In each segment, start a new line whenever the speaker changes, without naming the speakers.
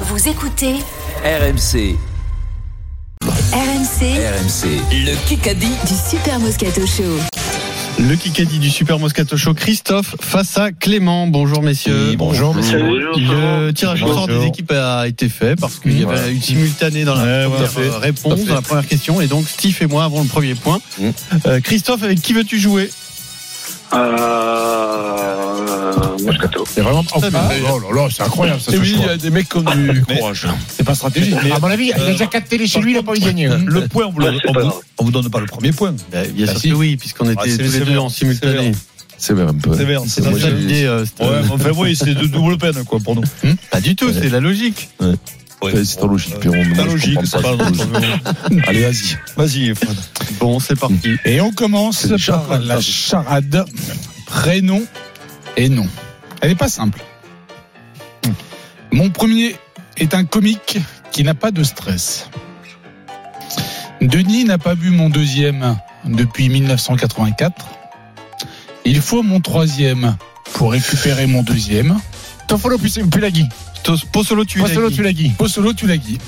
Vous écoutez
RMC,
RMC
RMC, le Kikadi.
du Super Moscato Show.
Le Kikadi du Super Moscato Show, Christophe face à Clément. Bonjour messieurs.
Oui, bonjour, messieurs.
Bonjour,
Le tirage au sort
Bonjour.
des équipes a été fait parce qu'il y avait
Ouais.
une simultanée dans la
Ouais, ouais,
première
tout à fait,
réponse,
tout à fait.
dans la première question, et donc Steve et moi avons le premier point.
Mm.
Euh, Christophe, avec qui veux-tu jouer
Euh, Moscato.
C'est vraiment. Oh,
Ah, bah,
oh là là, c'est incroyable ça.
Et
ce
oui, il y
score.
a des mecs qui ont
Ah,
du courage.
c'est pas stratégique. Mais
À mon avis,
euh,
il a déjà
4 télé chez lui, il a pas envie de gagner.
hein.
Le point, on vous,
Ouais,
le-
c'est
on
pas
vous-
grave.
on vous donne pas le premier point.
ben, Bien
Ah,
sûr
si.
que oui, puisqu'on était
Ah,
tous
c'est-
les
c'est
deux
vrai.
en simultané.
c'est même un peu.
C'est merde, c'est
C'est
ça.
ça
Ouais,
l'idée, euh, c'était-
mais enfin, oui, c'est de double peine, quoi, pour nous.
Pas du tout,
Ouais.
c'est la logique.
Ouais, C'est ton logique.
Euh,
Pierrot, mais
C'est
moi, je
logique,
comprends
c'est
pas
pas
ta logique. Allez, vas-y.
Vas-y, Fred.
Bon, c'est parti.
Et on commence
C'est une charade.
par la charade prénom et nom. Elle n'est pas simple. Mon premier est un comique qui n'a pas de stress. Denis n'a pas bu mon deuxième depuis 1984. Il faut mon troisième pour récupérer mon deuxième. Toffolo Pulagui.
Tos- Posolo, tu l'as
Toffolo
dit.
Tulagi. Possolo Tulagi.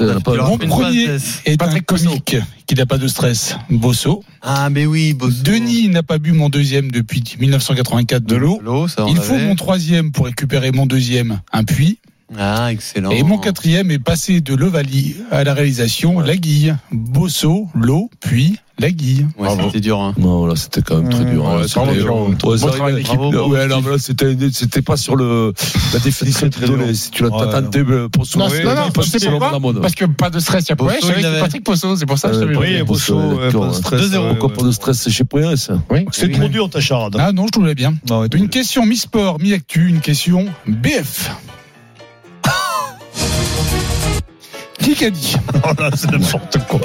Elle a pas-
Il aura
Mon
fait une
premier.
parenthèse.
Est un
Patrick Posso.
comique qui n'a pas de stress. Bosso.
Ah, mais oui, Bosso.
Denis n'a pas bu mon deuxième depuis 1984 de l'eau.
Posolo, ça, on
Il faut
l'avait.
mon troisième pour récupérer mon deuxième, un puits.
Ah, excellent.
Et mon quatrième est passé de l'Ovalie à la réalisation, la guille. Bosso, l'eau, puis la guille.
Ouais, c'était dur. hein.
Non, là, c'était quand même très dur. hein.
Ouais,
C'est
bravo,
vrai.
Pierrot.
Ouais,
Bon
c'est
travail,
vrai.
l'équipe.
Bravo. Ouais, non, mais là, c'était, c'était pas sur le, la définition
très
du donnée.
dur.
Si tu l'as
Ouais,
tenté euh, pour
Non,
sauver,
non, non,
il
parce
passe
que
selon
pourquoi
la mode.
Parce que pas de stress, il y a pas.
Bosso,
Ouais, je savais
il
que
avait-
c'est Patrick Posso, c'est pour ça que je
Euh,
t'avais
Patrick
Oui,
Bosso,
Bosso, euh,
Pierrot,
pas de stress.
2-0.
ouais, ouais.
Pourquoi pas de stress c'est chez Poyens
C'est trop dur, ta charade.
Ah non, je trouvais bien.
Non, et tout.
Une question mi-sport, mi-actu, une question BF. Qui a dit
Oh là, c'est n'importe quoi.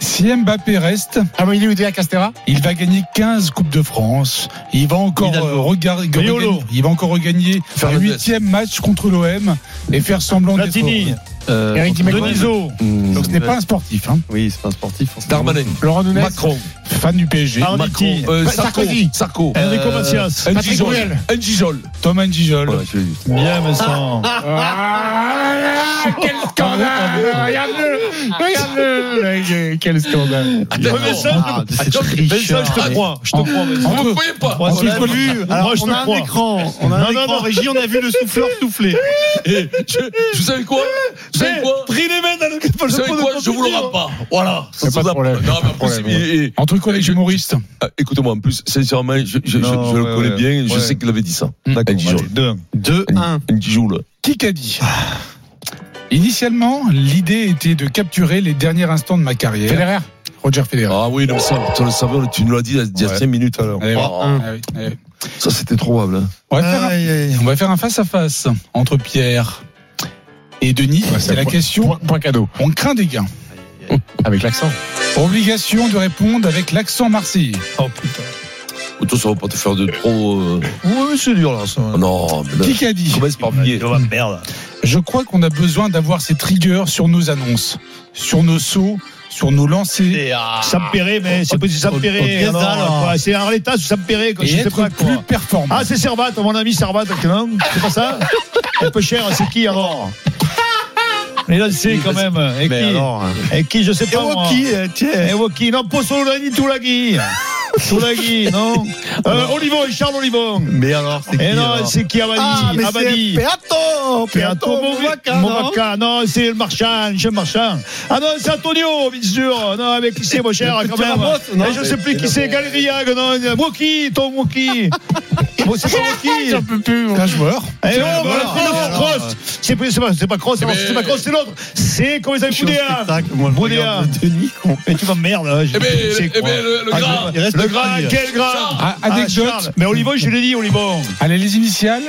Si Mbappé reste,
Ah, mais il est où à Castera
Il va gagner 15 Coupes de France. Il va encore
Hidalgo.
euh, regard-
Riolo.
regagner, il va encore regagner le
Fernandez.
huitième match contre l'OM et faire semblant d'être
Platini,
heureux.
Euh,
Eric Dimeco.
Deniso,
Donc ce n'est pas un sportif, hein.
Oui, c'est pas un sportif. forcément.
Darmanin,
Laurent Nunez
Macron,
fan du PSG.
Arditi,
euh, Sarko,
Sarkozy.
Sarko,
Oh. Euh, Enrico Macias.
Un
Patrick
Gijol,
Bruel.
un Gijol.
Thomas Njijol.
Voilà, je l'ai dit.
Bien, Vincent.
Ah, quel scandale Regarde-le ah. Regarde-le mec, Quel scandale
Ouais, Vincent,
Ah, c'est
Attends,
Vincent, je
Richard,
te
mais-
crois. Je te crois, Vincent.
Vous ne croyez pas
Moi,
On
si je
l'a
peux le-
vu. Alors,
Moi, je
on
te
a
crois.
un écran. On a un
Non, non,
écran
non.
en régie. On a vu le souffleur souffler.
Eh, je, vous savez quoi Vous savez quoi
Pris les mains dans le
Vous savez quoi Je vous le rends pas. Voilà. Ça,
Y a pas de
ça vous a-
problème,
Non, mais en
pas de
plus,
problème,
il- il-
Entre collègues humoristes.
Ah, écoutez-moi, en plus, sincèrement, je, je, je-
Non,
je le
ouais,
connais
ouais.
bien et je
Ouais.
sais qu'il avait dit ça.
D'accord,
Un Gijol.
allez, deux.
2-1.
Un Gijol.
Mm. Qui qu'a dit
Ah.
Initialement, l'idée était de capturer les derniers instants de ma carrière.
Federer Oh.
Roger Federer.
Ah oui, non, mais ça, tu le savais, tu nous l'as dit il y a
Ouais.
5 minutes alors.
Allez,
Oh.
Ah,
Ah oui, allez.
ça, c'était trouvable. Hein.
On va
Euh,
faire un- on va faire un face-à-face entre Pierre et Denis. C'est la question.
Point, point cadeau.
On craint des gains.
Avec l'accent.
Obligation de répondre avec l'accent marseillais.
Oh putain.
Autour, ça va pas te faire de trop. euh,
Oui, c'est dur là. Ça.
Non, mais là,
Qui qu'a dit
commence par billet.
On va perdre.
Je crois qu'on a besoin d'avoir ces triggers sur nos annonces, sur nos sauts, sur nos lancers
Sampéré, Ah, mais c'est pas si Sampéré.
oh,
alors,
Gazzal,
quoi.
alors.
C'est Arleta ou Sampéré, quoi.
et
Je sais
être
pas
plus
quoi.
performants.
Ah, c'est Servat, mon ami Servat, non C'est pas ça Un peu cher, c'est qui alors Mais là, c'est quand même. Et qui
hein.
Et eh, qui, je sais pas. moi. Et Woki, non, Possolani, Toulagui. Toulagui, non euh, Olivon, Charles Olivon.
Mais alors, c'est qui
Et Eh non,
alors
c'est qui Abadi
Ah,
Abadi.
Peato
Piatto,
Movaca, non
Movaca, non, c'est le marchand, je marchand. Ah non, c'est Antonio, bien sûr. Non, mais qui c'est, mon cher,
Le
quand
petit
même.
Ramos, non,
Et je sais plus qui c'est, Galeria, non, Woki, ton Woki. Moi, c'est pas Woki.
J'en peux plus. moi.
un joueur.
Eh oh,
voilà.
voilà, c'est l'autre,
Alors,
Cross. C'est pas, c'est pas, c'est pas Cross, c'est pas- c'est pas Cross, c'est l'autre. C'est, comment il s'appelle, Boudéa. Boudéa. Mais tu m'emmerdes, là. je-
Eh bien,
c'est
eh
quoi
ben, le, le
Ah,
gras.
Il reste
Le gras, quel gras
Ah,
Ah,
anecdote.
Charles. Mais Olivon, je l'ai dit, Olivon.
Allez, les initiales.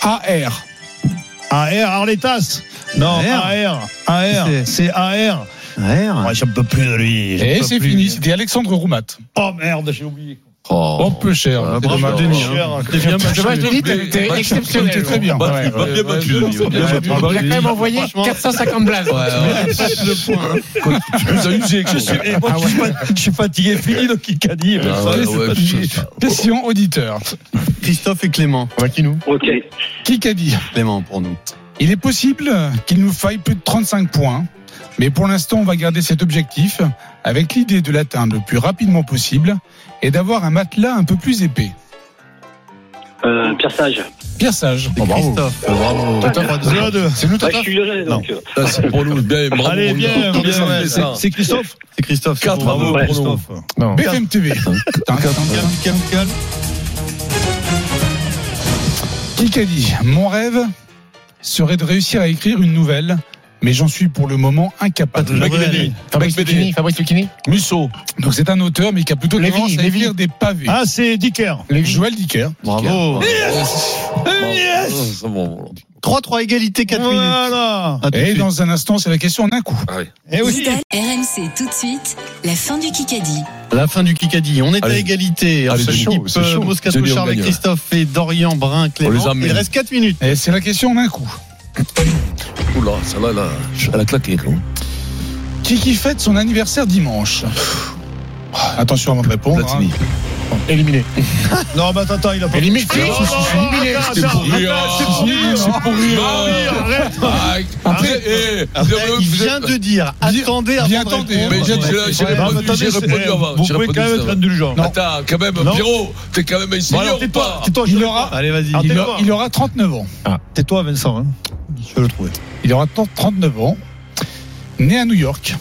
AR.
AR, Arletas. Non, AR.
AR.
AR.
C'est-
C'est AR. Ah, j'en peux plus de lui. j'en
Et
peux
c'est
plus.
fini. C'était Alexandre Roumat.
Oh merde, j'ai oublié.
Oh.
Oh, peu cher.
Ah,
c'est
bravo, hein.
dommage.
Denis,
Cher.
Je vois, je te dis, t'es- t'es
Bah,
exceptionnel.
C'était très bien.
Battu,
Ouais,
pas
ouais,
bien
ouais,
battu,
ouais,
Denis,
ouais,
bien
ouais,
battu.
ouais,
Il a quand même envoyé
Franchement.
450 blazes.
Tu nous as usé, quoi.
Je suis, eh, moi, je, suis pas- je suis fatigué, fini le Kikadi.
Ah,
personne,
ouais,
c'est
ouais,
fatigué.
putain.
Question auditeur.
Christophe et Clément.
Ok.
Qui qu'a dit
Clément pour nous.
Il est possible qu'il nous faille plus de 35 points, mais pour l'instant, on va garder cet objectif avec l'idée de l'atteindre le plus rapidement possible et d'avoir un matelas un peu plus épais.
Euh, Pierre Sage.
Pierre Sage.
C'est Christophe. Bravo. Claude.
C'est nous,
Bah,
Tata
je suis lyonnais, donc. euh,
Ah, c'est pour nous. Bien, bravo,
Allez,
on
bien,
nous.
bien,
Descendez,
ouais,
ça.
C'est Christophe. C'est Christophe.
Quatre,
c'est bon.
bravo,
Ouais,
Bruno.
Christophe.
Non.
BFM TV.
Calme, calme, calme.
Qui a dit Mon rêve serait de réussir à écrire une nouvelle, mais j'en suis pour le moment incapable.
Patrick
Fabrice
Bédé.
Fabrice
Bédé.
Lucchini, Fabrice Lucchini.
Musso.
Donc c'est un auteur, mais qui a plutôt
Lévy,
tendance à
Lévy.
écrire des pavés.
Ah, c'est Dicker.
Joël Dicker.
Bravo.
Ah, Yes C'est bon.
3-3 égalité, 4 minutes.
Voilà.
À tout de
Et
suite.
dans un instant, c'est la question en un coup.
Et Eh oui.
Lidl, RMC tout de suite, la fin du Kikadi.
La fin du Kikadi. On est à
Allez.
égalité.
Allez,
Entre
c'est chaud,
l'équipe,
c'est chaud.
euh,
J'ai
Moscato,
dit on
Charles,
gagne, ouais.
Christophe et Dorian Brun,
les
Clément.
emmène.
Il reste 4 minutes.
Et c'est la question en un coup.
Oula, celle-là, elle a- elle a claqué. non
Qui qui fête son anniversaire dimanche Ah, Attention avant de répondre.
Platini.
hein.
Éliminé.
Non, mais attends, attends, il a pas. hein.
Et les mecs,
Oh, Non, non,
c'est-
non, attends,
C'est
attends,
pour rire.
attends, c'est pour rire.
C'est pour
Ah oui,
rire.
arrête.
Ah, Après, eh,
Après,
vous avez-
il
vous avez-
vient de dire attendez avant
bien
de
attendez,
répondre.
Mais j'ai- j'ai j'ai
Ouais,
répondu,
mais attendez,
j'ai
c'est-
répondu
eh,
avant.
Vous
j'ai
pouvez
répondu
quand même
ça.
être indulgent.
Attends, quand même,
Non.
Pierrot, t'es quand même un
Voilà,
senior ou
tais-toi,
pas
tais-toi, je
Il
le
aura-
prends.
Allez, vas-y.
Ah,
Il,
tais-toi.
aura, il aura 39 ans.
Tais-toi, Vincent. hein. Je vais le trouver.
Il aura tant- 39 ans. Né à New York.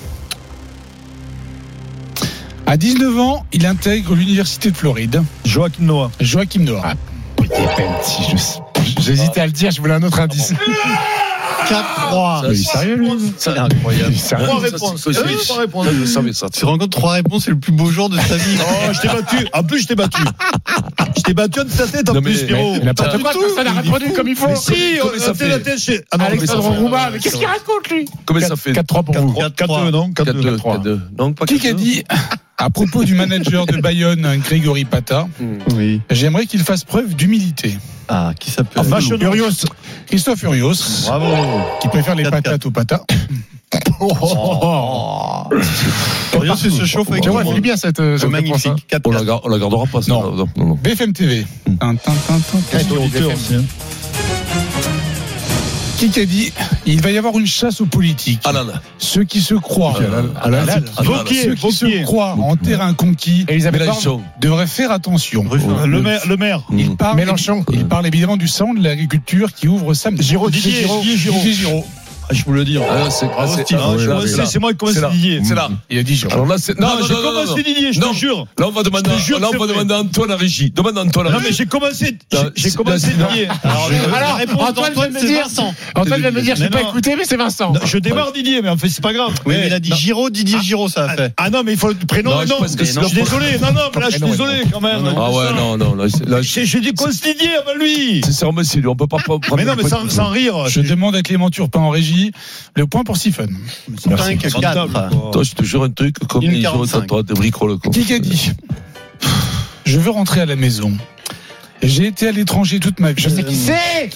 À 19 ans, il intègre l'université de Floride.
Joachim Noah.
Joachim Noah.
Si je sais- J'hésitais à le dire, je voulais un autre indice.
4-3.
Mais il est sérieux, lui
C'est incroyable.
Il est sérieux.
Trois
ça,
réponses.
c'est possible.
Euh, Trois réponses.
Ah, Je savais ça.
Tu rencontres 3 réponses, c'est le plus beau jour de ta vie.
Oh, je t'ai battu. En plus, je t'ai battu. Je t'ai battu en ta tête, en
Non, mais-
plus, Spiro.
Il a pas de quoi, personne n'a répondu comme il faut.
Mais si,
Comment il
on était
s'appelait
la tête chez. Ah non,
Alexandre
mais ça fait-
Rouba, mais qu'est-ce qu'il raconte, lui
Comment ça fait
4-3 pour vous.
4-2, non 4-2.
4-2. 4-2. Non, pas
Qui qui a
4-2.
dit à propos du manager de Bayonne, hein, Grégory Pata,
Oui.
j'aimerais qu'il fasse preuve d'humilité.
Ah, qui s'appelle
Ah, vache,
Urios, Christophe Urios,
Bravo.
qui préfère les
4-4.
patates Oh, aux patas.
Oh.
Rien se se chauffe avec
Tu
tout
vois,
le
il est
monde.
bien cette euh, cette réponse. hein.
Magnifique. 4
On la gar- on la gardera pas, ça.
Non.
Non, non, non.
BFM TV. Tin, tin, tin, tin, tin.
Quatre auditeurs aussi, hein.
Qui qui a dit il va y avoir une chasse aux politiques.
Ah là là.
Ceux qui se croient,
Ah là là. Ah là là. Ah là là.
Vauquier,
ceux qui
Vauquier.
se croient en terrain conquis
Mais là,
Elisabeth
ils
Borne,
sont.
devraient faire attention.
Ruffin.
Le maire, le maire.
Il parle,
Mélenchon.
il parle évidemment du salon de l'agriculture qui ouvre samedi.
Giraud, Didier
Giraud.
Giraud.
Didier Giraud.
Ah, je vous le dis.
Ah là, c'est ah,
Bravo,
c'est-
Steve.
ah,
Je
là,
commence-
c'est là.
C'est moi qui commence
C'est là.
Didier.
C'est là.
Il a dit Giraud.
Alors là, c'est.
Non,
Non,
j'ai
non, non, non,
commencé
non.
Didier, je
Non.
te jure.
Là, on va demander
Je te jure
à- là,
que
on va
c'est
demander à Antoine à Régie. Demande à Antoine à
Non, mais
Régie.
j'ai commencé, j'ai-
Non,
j'ai
c'est-
commencé
non,
Didier.
Alors,
Alors, Antoine
d'Antoine,
vient de
c'est
dire-
Vincent.
Antoine vient de me dire, je
Mais
n'ai pas
non.
écouté, mais c'est Vincent.
Non, Je démarre Didier, mais en fait, c'est pas grave.
Oui, mais il a dit Giraud, Didier Giraud, ça a fait.
Ah non, mais il faut le prénom.
Non,
Non,
je pense
je
que c'est
suis
leur-
désolé. Non, non, mais là, je suis
Prénom,
désolé quand même.
Ah ouais, non, non, là, c'est- là, je-
J'ai j'ai dit quoi, c'est Didier avant lui
sincèrement, c'est lui. On peut pas prendre.
Mais non, mais sans, sans rire.
Je demande à Clément Turpin en régie le point pour Siphon.
Ah,
5, 4.
Toi, je te jure un truc, comme
Une
les gens,
45.
t'as toi, t'es bricoles, quoi.
Qui a dit Je veux rentrer à la maison. J'ai été à l'étranger toute ma vie.
Je sais qui c'est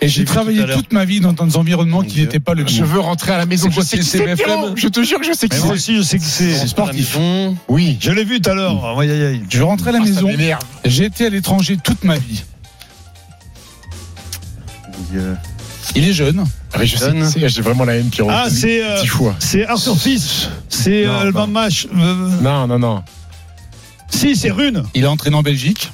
Et j'ai travaillé toute ma vie dans un environnement qui n'était pas le
Je
mien.
veux rentrer à la maison.
C'est
Je
quoi,
sais qui
c'est
c'est,
BFM?
Pierrot. Je te jure que je sais qui
Mais moi
c'est.
aussi, je sais qui c'est.
sportif.
Oui.
Je l'ai vu tout à l'heure. Aïe, aïe, aïe.
Je veux rentrer à la
Ah, ça
maison.
m'énerve.
J'ai été à l'étranger toute ma vie. Il est jeune.
Ah oui, je sais qui c'est, j'ai vraiment la haine,
Oh,
Pierrot.
Ah, c'est. euh,
Dix fois.
C'est Arthur Fils. C'est
Non,
euh, le
non.
Van Mash. Euh,
Non, non, non.
Si, c'est Rune.
Il est entraîné en Belgique.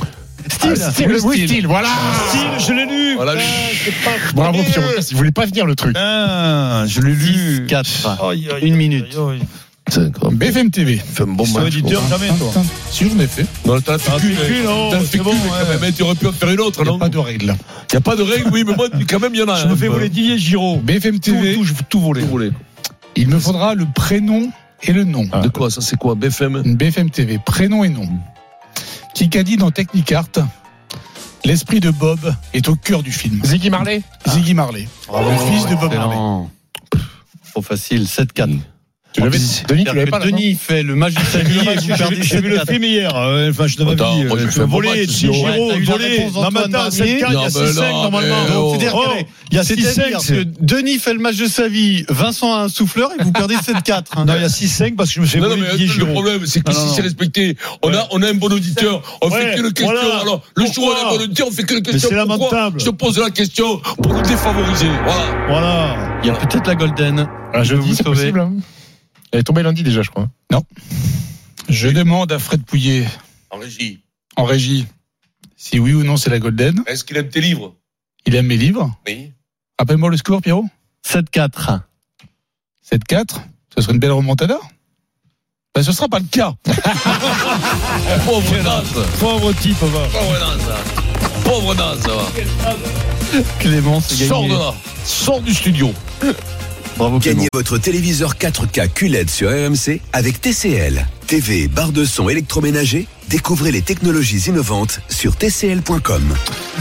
Ah, C'est le
Will
Will Steel, voilà
Si, je l'ai lu.
Voilà,
Putain,
je-
c'est pas
Bravo,
vrai.
Pierrot. Il voulait pas venir, le truc.
Ah,
Putain, je l'ai lu.
4.
Aïe, aïe,
Une
aïe,
minute.
aïe, aïe.
Putain, quoi.
BFM TV.
Fais un bon
Sois
match.
auditeur,
quoi.
jamais, toi.
Si je l'ai fait.
Non, t'as fait
Ah,
qu'une,
c'est qu'une,
hein.
non,
T'as
c'est
fait
bon,
qu'une, quand
ouais.
même. hein, Tu aurais pu en faire une autre,
Il n'y
non
a pas de règles.
Y a pas de règle, oui, mais moi, quand même, il y en a
Je
un,
me fais
peu.
voler Didier Giraud.
BFM TV.
Tout, tout, tout voler.
Tout voler, quoi.
Il me faudra le prénom et le nom.
De quoi Ça, c'est quoi BFM
BFM TV, prénom et nom. Qui qu'a dit dans Technicart L'esprit de Bob est au cœur du film. Ah.
Ziggy Marley
Ziggy Marley. le fils de Bob Marley.
Trop facile. 7-4.
Tu l'avais
Denis, Denis fait le match de sa vie et vous perdez
J'ai vu le
7-4.
film hier. euh, Enfin, je devais
Attends, moi, j'ai fait un bon
voler,
match,
Giro,
sinon,
ouais. T'as eu la
voler.
réponse
Non, mais
d'Antoine
attends,
Barbier.
7-4, il y a
Non, mais
6-5
non,
normalement.
mais oh.
Donc,
C'est-à-dire
oh,
qu'il y a- il y a
c'est
6-5 parce que
sec.
Denis fait le match de sa vie, Vincent a un souffleur et vous perdez 7-4. hein.
Non, il y a 6-5 parce que je me suis
Non, non,
voler
mais
Didier
le
Giraud.
problème, c'est que
Non, non,
si c'est
non.
respecté, on, a, on a un bon auditeur, on
Ouais,
fait que le question.
voilà.
Alors, le jour où on a un
Pourquoi
bon auditeur, on fait que le question.
c'est
Pourquoi
lamentable.
Je te pose la question pour nous défavoriser. Voilà.
Voilà.
Il y a peut-être la Golden.
je
Je vais vous
dis, c'est
sauver.
possible. hein. Elle est tombée lundi déjà, je crois.
Je demande à Fred Pouillet
En régie,
en régie si oui ou non c'est la Golden.
est-ce qu'il aime tes livres
Il aime mes livres.
Oui.
Rappelle-moi le score, Pierrot.
7-4.
7-4. Ce serait une belle remontada. Ben, ce sera pas le cas.
Pauvre Naz.
Pauvre type, va.
Pauvre Naz. Pauvre Naz.
Clémence a
Sors de
gagné.
là. Sors du studio.
Bravo Clémence.
Gagnez votre téléviseur 4K QLED E sur RMC avec TCL. TV, barre de son électroménager, découvrez les technologies innovantes sur tcl.com.